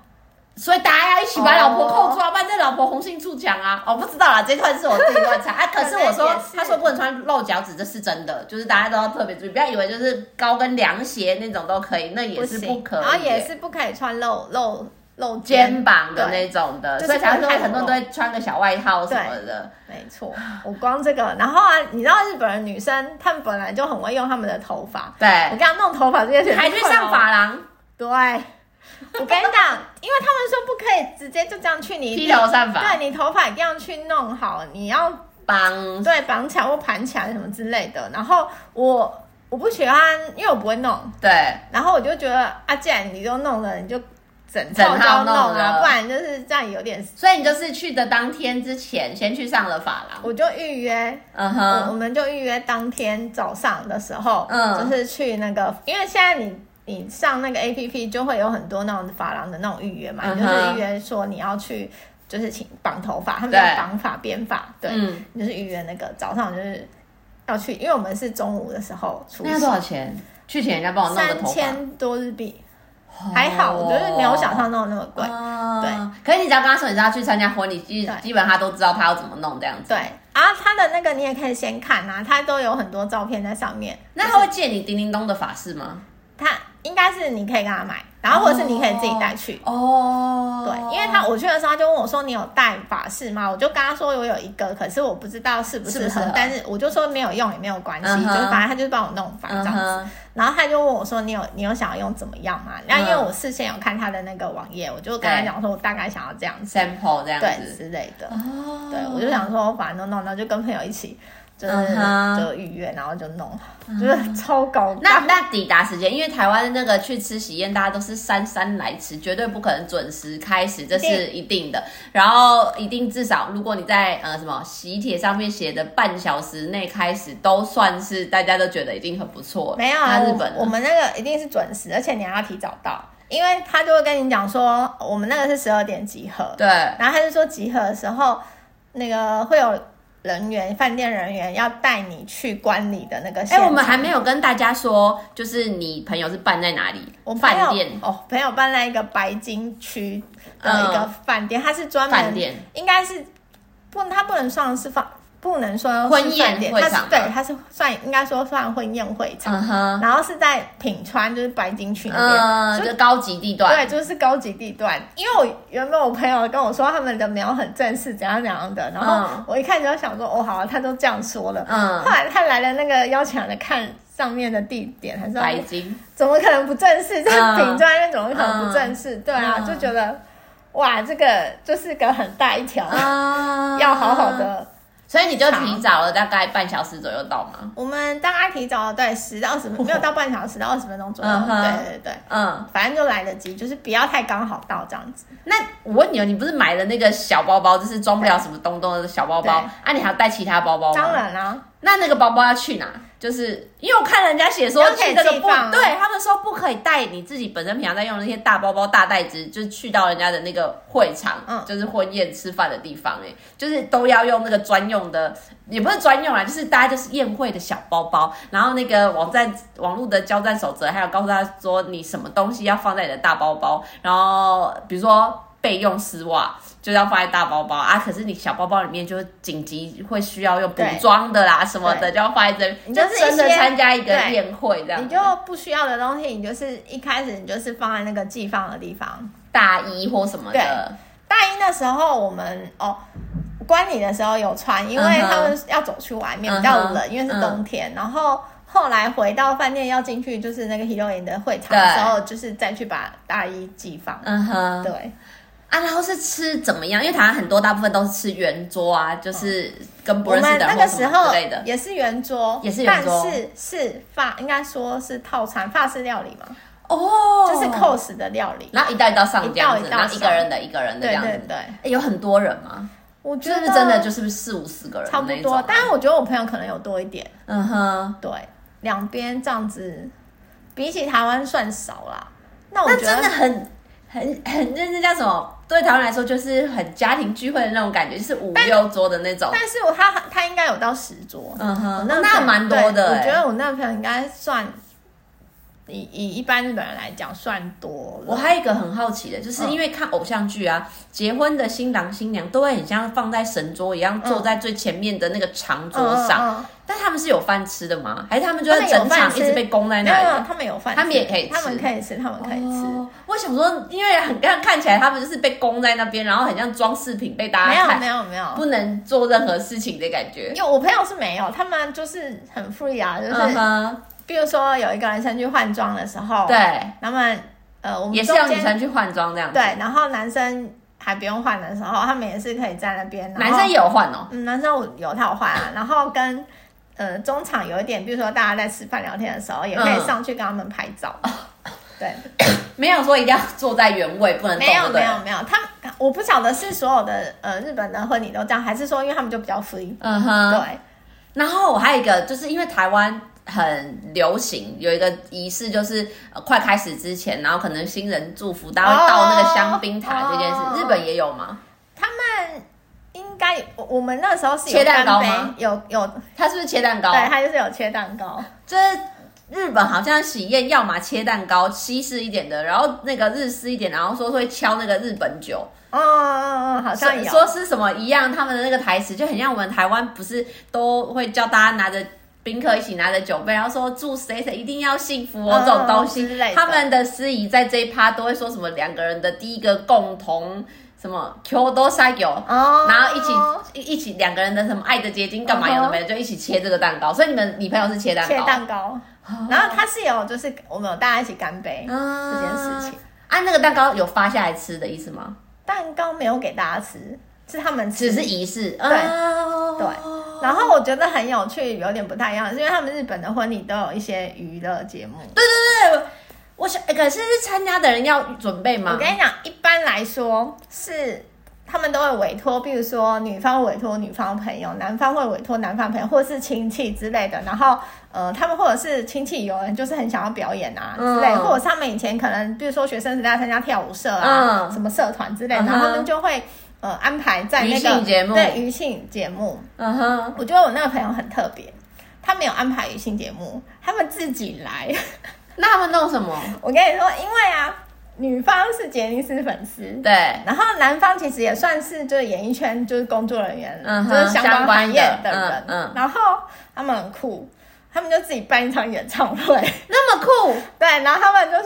所以大家要一起把老婆扣住啊，不然这老婆红杏出墙啊！哦，不知道啦，这段是我自 (laughs) 己乱猜啊。可是我可能说也，是他说不能穿露脚趾，这是真的，就是大家都要特别注意，不要以为就是高跟凉鞋那种都可以，那也是不行，可以耶。然后也是不可以穿露露露肩膀的对那种的，就是所以才会不能看露很多人都会穿个小外套什么的。没错，我光这个，然后啊，你知道日本人女生她们本来就很会用她们的头发，对，我跟她弄头发这件事情哦还去上发廊、对，我跟你讲，因为他们说不可以直接就这样去你披头散发、对你头发一定要去弄好，你要绑对，绑起来或盘起来什么之类的。然后我我不喜欢，因为我不会弄。对然后我就觉得啊，既然你都弄了，你就整整套套都要弄弄啊，了不然就是这样有点。 (laughs) 所以你就是去的当天之前，先去上了发廊。我就预约，嗯我我哼，们就预约当天早上的时候，嗯就是去那个，因为现在你。你上那个 A P P 就会有很多那种发廊的那种预约嘛，嗯你就哼是预约说你要去，就是请绑头发，他们对叫绑发、编发，对，嗯，你就是预约那个早上我就是要去，因为我们是中午的时候出那要多少钱？去请人家帮我弄个三头发。千多日币，还好，我觉得没有想象中的那么贵。哦可是你只要跟他说你是要去参加婚礼，基对基本他都知道他要怎么弄这样子。对，啊，它的那个你也可以先看啊，它都有很多照片在上面。那他会借你叮叮咚的法式吗？它应该是你可以跟他买，然后或者是你可以自己带去。哦，对，因为他我去的时候，他就问我说：“你有带法式吗？”我就跟他说：“我有一个，可是我不知道适不适合，适不适合但是我就说没有用也没有关系嗯就哼是反正他就是帮我弄法这嗯样子。哼，然后他就问我说：“你有你有想要用怎么样吗？”那因为嗯我事先有看他的那个网页，我就跟他对讲说，我大概想要这样子， sample 这样对子。之类的。哦对，我就想说，反正都弄到就跟朋友一起，就是嗯哼嗯就预约，然后就弄好，就是超高档。那那抵达时间，因为台湾那个去吃喜宴，大家都是姗姗来迟，绝对不可能准时开始，这是一定的。然后一定至少，如果你在呃什么喜帖上面写的半小时内开始，都算是大家都觉得已经很不错了。没有啊，那日我本呢我们那个一定是准时，而且你还要提早到，因为他就会跟你讲说，我们那个是十二点集合，对，然后他就说集合的时候，那个会有人员，饭店人员要带你去观礼的那个现哎、场。我们还没有跟大家说，就是你朋友是办在哪里？我朋友饭店哦，朋友办在一个白金区的一个饭店，它是专门饭店，应该是不，它不能算是饭，不能说是婚宴饭店会它是场吗对，它是算应该说算婚宴会场，嗯哼，然后是在品川，就是白金区那边，嗯，就就高级地段，对，就是高级地段。因为我原本我朋友跟我说他们的没有很正式，怎样怎样的，然后嗯我一看就想说，哦，好、啊，他都这样说了。嗯后，来他来了那个邀请来看上面的地点，还是白 (laughs) 金，怎么可能不正式？在嗯品专那种可能不正式，对啊，嗯就觉得哇，这个就是个很大一条，啊呃要好好。的。所以你就提早了大概半小时左右到吗？我们大概提早对十到二十分，没有到半小时到二十分钟左右，哦嗯哼对对对。嗯，反正就来得及，就是不要太刚好到这样子。那我问你哦，你不是买了那个小包包，就是装不了什么东东的小包包对啊？你还要带其他包包吗？当。然啦、那那个包包要去哪？就是因为我看人家写说要可以去那个寄不放啊对，他们说不可以带你自己本身平常在用的那些大包包、大袋子，就是去到人家的那个会场，嗯就是婚宴吃饭的地方、哎，就是都要用那个专用的，也不是专用啦，啊就是大家就是宴会的小包包。然后那个网站网络的交战守则还有告诉他说，你什么东西要放在你的大包包，然后比如说备用丝袜。就要放在大包包啊，可是你小包包里面就紧急会需要用补对妆的啦什么的，就要放在这边。你你就就是一些真的参加一个宴会这样，你就不需要的东西，你就是一开始你就是放在那个寄放的地方。大衣或什么的，大一的时候，我们哦观礼的时候有穿，因为嗯哼他们要走去外面嗯哼比较冷，因为是冬天。然后后来回到饭店要进去，就是那个 Hero 营的会场的时候，就是再去把大衣寄放。嗯哼，对，啊，然后是吃怎么样？因为台湾很多大部分都是吃圆桌啊，就是跟不我认识们的那人个或什时么候之类的。也是圆桌，也是圆桌但是是法，应该说是套餐法式料理嘛，哦，就是 cos 的料理。然后一道一道上这样一道一子，道然后一个人的一个人的这对样子。对对，诶有很多人吗？我觉是得不是真的就是不是四五十个人差不那一种多啊？，但是我觉得我朋友可能有多一点，嗯哼，对，两边这样子，比起台湾算少啦。那我那觉真的得很很很，就是叫什么？对台湾来说，就是很家庭聚会的那种感觉，就是五但六桌的那种。但是我他他应该有到十桌，嗯我哼，个那朋友那蛮多的、对欸。我觉得我那个朋友应该算，以以一般日本人来讲算多我了。还有一个很好奇的，嗯就是因为看偶像剧啊，结婚的新郎新娘都会很像放在神桌一样，坐在最前面的那个长桌嗯上。嗯嗯但他们是有饭吃的吗？还是他们就他是们有整饭场吃一直被供在没有那没里有，？他们有饭吃，嗯他们也可以吃他们可以吃，他们可以吃。哦我想说，因为很看看起来他们就是被供在那边，然后很像装饰品被大没家有没看，有没有，不能做任何事情的感觉。因为我朋友是没有，他们就是很 free 啊，就是、嗯哼，比如说有一个人先去换装的时候，对，他们呃，我们也是中要间女生去换装这样子对，。然后男生还不用换的时候，他们也是可以在那边。然男后生也有换哦。嗯，男生有有他有换啊， (laughs) 然后跟呃中场有一点，比如说大家在吃饭聊天的时候，也可以嗯哦上去跟他们拍照。对，没有说一定要坐在原位，不能动没有就对没了有没有，他们我不晓得是所有的呃日本的婚礼都这样，还是说因为他们就比较 free、嗯哼，对，然后我还有一个，就是因为台湾很流行有一个仪式，就是、呃、快开始之前，然后可能新人祝福，大家会倒那个香槟塔这件事。哦日本也有吗？他们应该我我们那时候是有切蛋糕干杯吗有有，它是不是切蛋糕？对，他就是有切蛋糕。就是日本好像喜宴，要么切蛋糕，西式一点的，然后那个日式一点，然后说会敲那个日本酒，哦哦哦，好像说有。说是什么一样，他们的那个台词就很像我们台湾，不是都会叫大家拿着。宾客一起拿着酒杯，然后说祝谁谁一定要幸福哦，嗯这种东西之类的，他们的司仪在这一趴都会说什么两个人的第一个共同什么 Q 都塞有，哦，然后一起一起两个人的什么爱的结晶干嘛嗯哼有的没的就一起切这个蛋糕，所以你们你朋友是切蛋糕，哦切蛋糕，然后他是有就是我们有大家一起干杯啊这件事情，啊，那个蛋糕有发下来吃的意思吗？蛋糕没有给大家吃，是他们吃只是仪式，对哦对。然后我觉得很有趣，有点不太一样，是因为他们日本的婚礼都有一些娱乐节目。对对对，我想，呃可是参加的人要准备吗？我跟你讲，一般来说是他们都会委托，比如说女方委托女方朋友，男方会委托男方朋友，或是亲戚之类的。然后，呃，他们或者是亲戚有人就是很想要表演啊之类，嗯或者是他们以前可能，比如说学生时代参加跳舞社啊，嗯什么社团之类，嗯然哼后他们就会呃安排在那娱个性节目对娱性节目。嗯哼，我觉得我那个朋友很特别，他没有安排娱性节目，他们自己来。 (laughs) 那他们弄什么？我跟你说，因为啊，女方是杰尼斯粉丝。对，然后男方其实也算是就是演艺圈就是工作人员，嗯哼就是相关行业相关的人。嗯嗯然后他们很酷，他们就自己办一场演唱会。那么酷，对，然后他们就是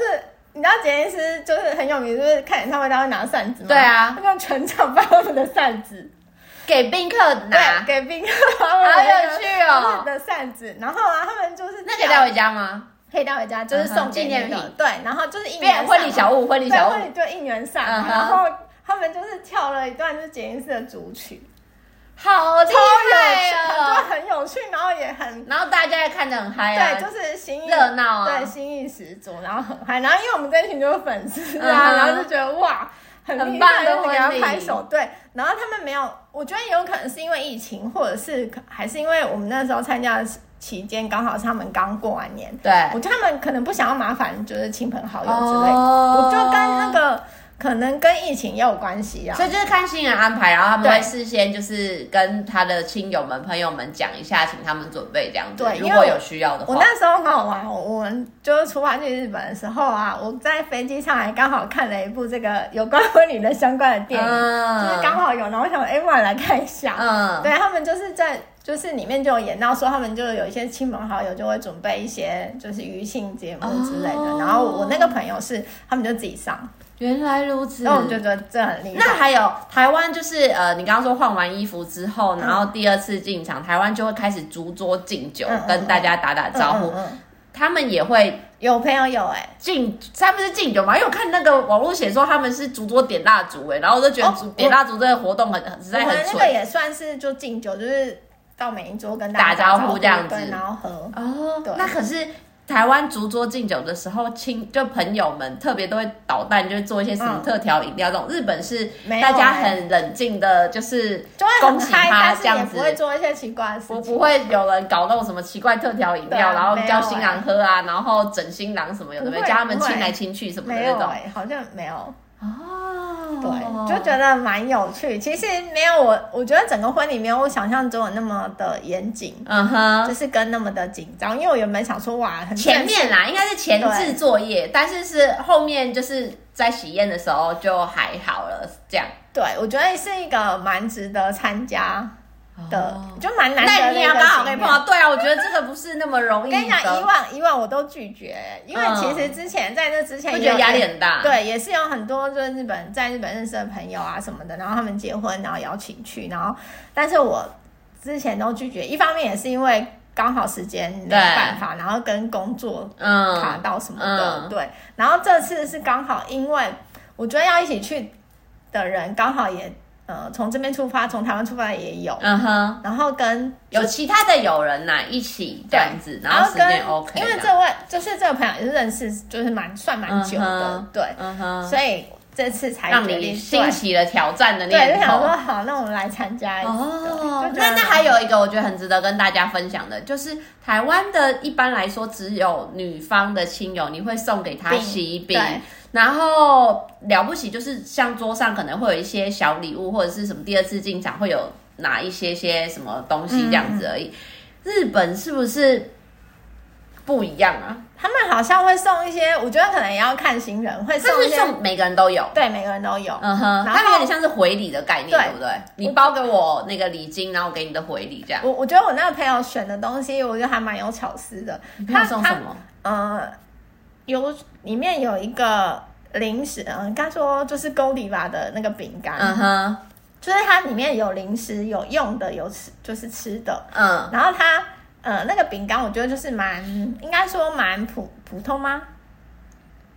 你知道杰尼斯就是很有名，就是看演唱会他会拿扇子吗？对啊他们全场发他们的扇 (laughs) 子。给宾客拿，对，给宾客他们好有那个趣哦 (laughs) 就是的扇子，然后啊，他们就是那可叫以带回家吗？可以带回家，就是嗯哼送给纪念你的品对，然后就是一变元婚礼小物，物，婚礼对，小婚物，礼就一元上，嗯哼然后他们就是跳了一段就是杰尼斯的主曲，好厉超有害趣，就哦！很有趣，然后也很。啊然后大家也看得很嗨啊，对，就是心意热闹啊对，心意十足，然后很嗨。然后因为我们这一群就是粉丝嗯啊，哼然后就觉得哇，很很厉棒害，的就是给他婚礼拍手。对，然后他们没有，我觉得有可能是因为疫情，或者是可还是因为我们那时候参加的期间刚好是他们刚过完年，对我觉得他们可能不想要麻烦，就是亲朋好友之类的。哦我就跟那个可能跟疫情也有关系啊。所以就是看新人安排，然后他们会对事先就是跟他的亲友们、朋友们讲一下，请他们准备这样子。对如因为果我有需要的我话，那时候很好玩，我我们就是出发去日本的时候啊，我在飞机上还刚好看了一部这个有关婚礼的相关的电影，嗯就是刚好有，然后我想哎，我也来看一下。嗯，对他们就是在就是里面就有演到说，他们就有一些亲朋好友就会准备一些就是娱性节目之类的，哦然后我那个朋友是他们就自己上，原来如此。那我就觉得这很厉害。那还有台湾，就是呃，你刚刚说换完衣服之后，然后第二次进场，台湾就会开始逐桌敬酒，嗯嗯跟大家打打招呼。嗯嗯嗯他们也会有朋友有哎、敬，他们是敬酒嘛？因为我看那个网络写说他们是逐桌点蜡烛、欸，哎，然后我就觉得哦逐、我点蜡烛这个活动很很实我在们很那个蠢。也算是就敬酒，就是到每一桌跟大家打招呼呼这样子对然后喝。哦对，那可是。台湾逐桌敬酒的时候，亲就朋友们特别都会捣蛋，就会做一些什么嗯特调饮料这种。日本是没有大家欸很冷静的，就是就会恭很喜嗨，他但是这样也子，不会做一些奇怪的事不情。不会有人搞那种什么奇怪特调饮对料，啊然后没有叫欸新郎喝啊，然后整新郎什么有的没有，不会叫他们不会亲来亲去什么的没那有种。哎、好像没有，对，哦就觉得蛮有趣。其实没有我，我觉得整个婚礼没有我想象中的那么的严谨，嗯就哼，是跟那么的紧张。因为我原本想说哇，很前正式面啦应该是前置对作业，但是是后面就是在喜宴的时候就还好了，这样。对我觉得是一个蛮值得参加的，就蛮难哦那得你的也一要个刚好可以经碰验到，对啊，我觉得这个不是那么容我易跟你讲，以的，往以往我都拒绝，因为其实之前在那之前会也嗯觉有得压力很大。，对，也是有很多就是日本在日本认识的朋友啊什么的，然后他们结婚，然后邀请去，然后但是我之前都拒绝，一方面也是因为刚好时间没有对办法，然后跟工作卡嗯，到什么的，嗯对。然后这次是刚好因为我觉得要一起去的人刚好也呃从这边出发，从台湾出发的也有，嗯哼，然后跟有其他的友人呐一起这样子，然然后后时跟间 OK，因为样这位就是这个朋友也是认识，就是蛮算蛮久的，嗯哼对，嗯哼。所以这次才让决定你兴起了挑战的对，对，念就想说头。好，那我们来参加一次。哦对，就觉那得那还有一个我觉得很值得跟大家分享的，就是台湾的一般来说只有女方的亲友，你会送给她饼喜饼对，然后了不起就是像桌上可能会有一些小礼物或者是什么第二次进场会有拿一些些什么东西这样子嗯而已。日本是不是不一样啊？他们好像会送一些，我觉得可能也要看新人，会但送一是些，送每个人都有。对，每个人都有。嗯哼，然后它有点像是回礼的概念，对对不对？你包给我那个礼金，然后我给你的回礼，这样。我我觉得我那个朋友选的东西，我觉得还蛮有巧思的。他送什么？呃，有里面有一个零食，嗯、呃，刚说就是勾里吧的那个饼干，嗯哼，就是它里面有零食，有用的，有吃就是吃的。嗯，然后它呃那个饼干，我觉得就是蛮应该说蛮普普通吗？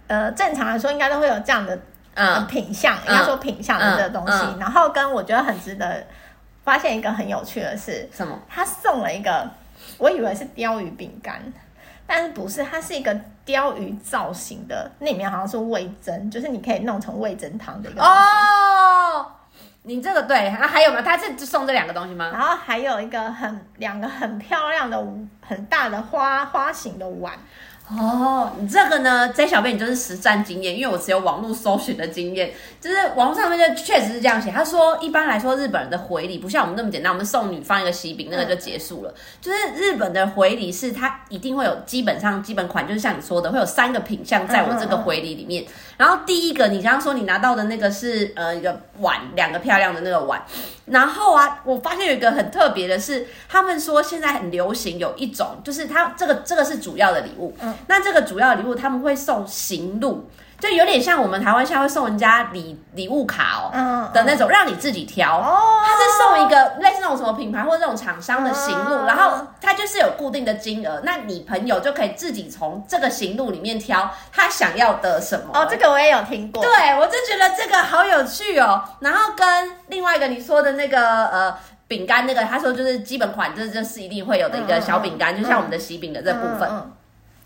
呃，正常来说应该都会有这样的、呃嗯，品相，嗯应该说品相的这个东西。嗯然后跟我觉得很值得发现一个很有趣的事，什么？他送了一个，我以为是鲷鱼饼干，但是不是，它是一个鲷鱼造型的，那里面好像是味噌，就是你可以弄成味噌汤的一个。哦，哦，你这个对，啊那还有吗？他是送这两个东西吗？然后还有一个很两个很漂亮的很大的花花型的碗，哦，你这个呢，J 小编你就是实战经验，因为我只有网络搜寻的经验，就是网络上面就确实是这样写。他说，一般来说日本人的回礼不像我们那么简单，我们送女方一个喜饼，那个就结束了。就是日本的回礼是它一定会有基本上基本款，就是像你说的，会有三个品相在我这个回礼里面。然后第一个，你刚刚说你拿到的那个是呃一个碗，两个漂亮的那个碗。然后啊，我发现有一个很特别的是，他们说现在很流行有一种，就是它这个这个是主要的礼物。嗯那这个主要礼物他们会送行路，就有点像我们台湾现在会送人家礼礼物卡哦、嗯的那种，让你自己挑。哦它是送一个类似那种什么品牌或者那种厂商的行路，嗯然后它就是有固定的金额，那你朋友就可以自己从这个行路里面挑他想要的什么。哦，这个我也有听过，对，嗯我就觉得这个好有趣哦。然后跟另外一个你说的那个呃饼干那个，他说就是基本款，这这是一定会有的一个小饼干，嗯嗯就像我们的喜饼的这部分。嗯嗯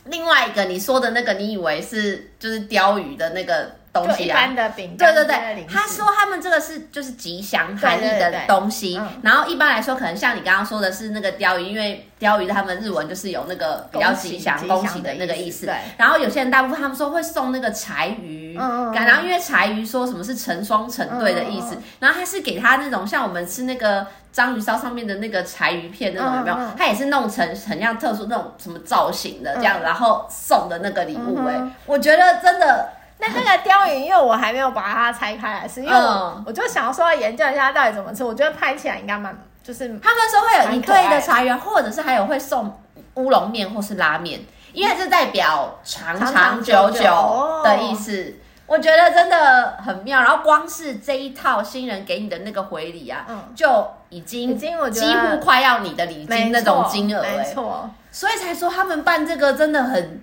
另外一个你说的那个，你以为是就是鲷鱼的那个东就一西啊？般的饼对干之对类的对零，食，他说他们这个是就是吉祥含义对对的对东西，嗯然后一般来说可能像你刚刚说的是那个鲷鱼，因为鲷鱼他们日文就是有那个比较吉祥恭喜恭喜的那个意吉思，祥的意思然后有些人大部分他们说会送那个柴鱼，嗯嗯嗯然后因为柴鱼说什么是成双成对的意思，嗯嗯然后他是给他那种像我们吃那个。章鱼烧上面的那个柴鱼片那种有没有？嗯嗯嗯它也是弄成很像特殊那种什么造型的这样，然后送的那个礼物嗯哎、哼我觉得真的那那个鲷鱼，因为我还没有把它拆开来吃，因为我嗯我就想说要研究一下它到底怎么吃，我觉得拍起来应该蛮就是他们说会有一对蛮可的爱茶园，或者是还有会送乌龙面或是拉面，因为这代表长长长长久久久久哦的意思。我觉得真的很妙，然后光是这一套新人给你的那个回礼啊，嗯就已经已经我觉得几乎快要你的礼金没那种错金额没哎，错，所以才说他们办这个真的很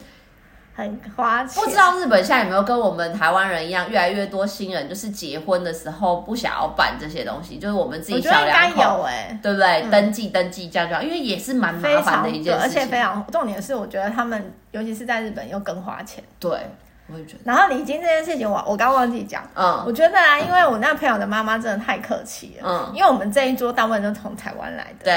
很花钱。不知道日本现在有没有跟我们台湾人一样，越来越多新人就是结婚的时候不想要办这些东西，就是我们自己我觉小得应该两口有哎、对不对？嗯登记登记这样就好，因为也是蛮麻非烦常的一件而事情。且非常重点是，我觉得他们尤其是在日本又更花钱。对，我也觉得，然后礼金这件事情我，我刚忘记讲。我嗯觉得啊，因为我那朋友的妈妈真的太客气了，嗯，因为我们这一桌大部分都从台湾来的。对。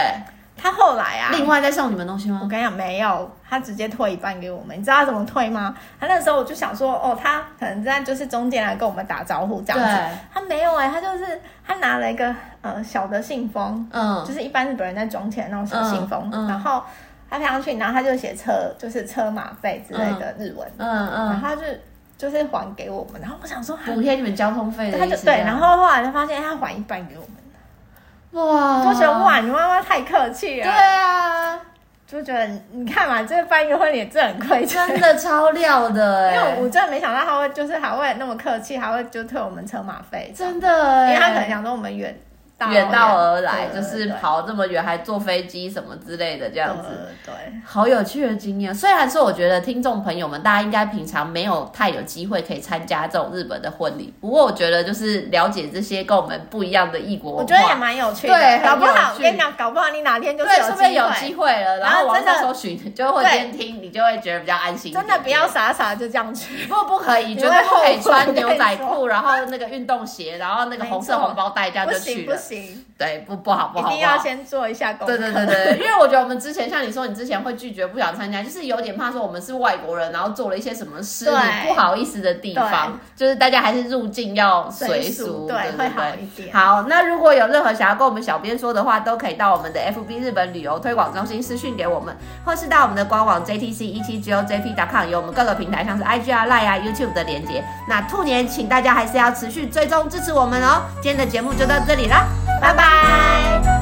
她后来啊，另外再送你们东西我吗？跟你讲，没有，他直接退一半给我们。你知道他怎么退吗？他那时候我就想说，哦，他可能在就是中间来跟我们打招呼这样子。对，他没有哎、他就是他拿了一个呃小的信封，嗯就是一般日本人在装钱的那种小信封，嗯嗯然后他放上去，然后他就写车就是车马费之类的日文，然嗯后他就就是还给我们。然后我想说，嗯，还补贴你们交通费的他意就思。啊对，然后后来就发现哎他还一半给我们，哇，就觉得哇，你妈妈太客气哦对了。啊，就觉得你看嘛，这办一个婚礼真的很亏钱，真的欸超料 (laughs) 因的为哎我，真的没想到他会，就是还会那么客气，还会就退我们车马费，真的因哎，为他可能想说我们远到远道而来，对就是对跑这么远还坐飞机什么之类的这样子。对对好有趣的经验。虽然说，我觉得听众朋友们，大家应该平常没有太有机会可以参加这种日本的婚礼。不过，我觉得就是了解这些跟我们不一样的异国我文觉得也化，蛮有趣对的，搞不很有好趣我跟你讲，搞不好你哪天就是对，说不定有机机会了。然然后后网真上的搜寻，就会对先听，你就会觉得比较安心一会，真点点。的不要傻傻就这样去，不不可以，你绝对会不可后以悔穿我跟牛你仔说裤，然后那个运动鞋，然后那个红色没错红包袋，这样不就行去不了。行，对，不不好不一好，定不好要先做一下功课。对对对对，因为我觉得我们之前像你说，你之前会拒绝不想参加，就是有点怕说我们是外国人，然后做了一些什么事你对不好意思的地方，就是大家还是入境要随俗，对对会对好对。一点。好，那如果有任何想要跟我们小编说的话，都可以到我们的 FB 日本旅游推广中心私讯给我们，或是到我们的官网 JTC 一七 GOJP.com 有我们各个平台像是 IG 啊、Line 啊、YouTube 的连接。那兔年，请大家还是要持续追踪支持我们哦。今天的节目就到这里啦，拜拜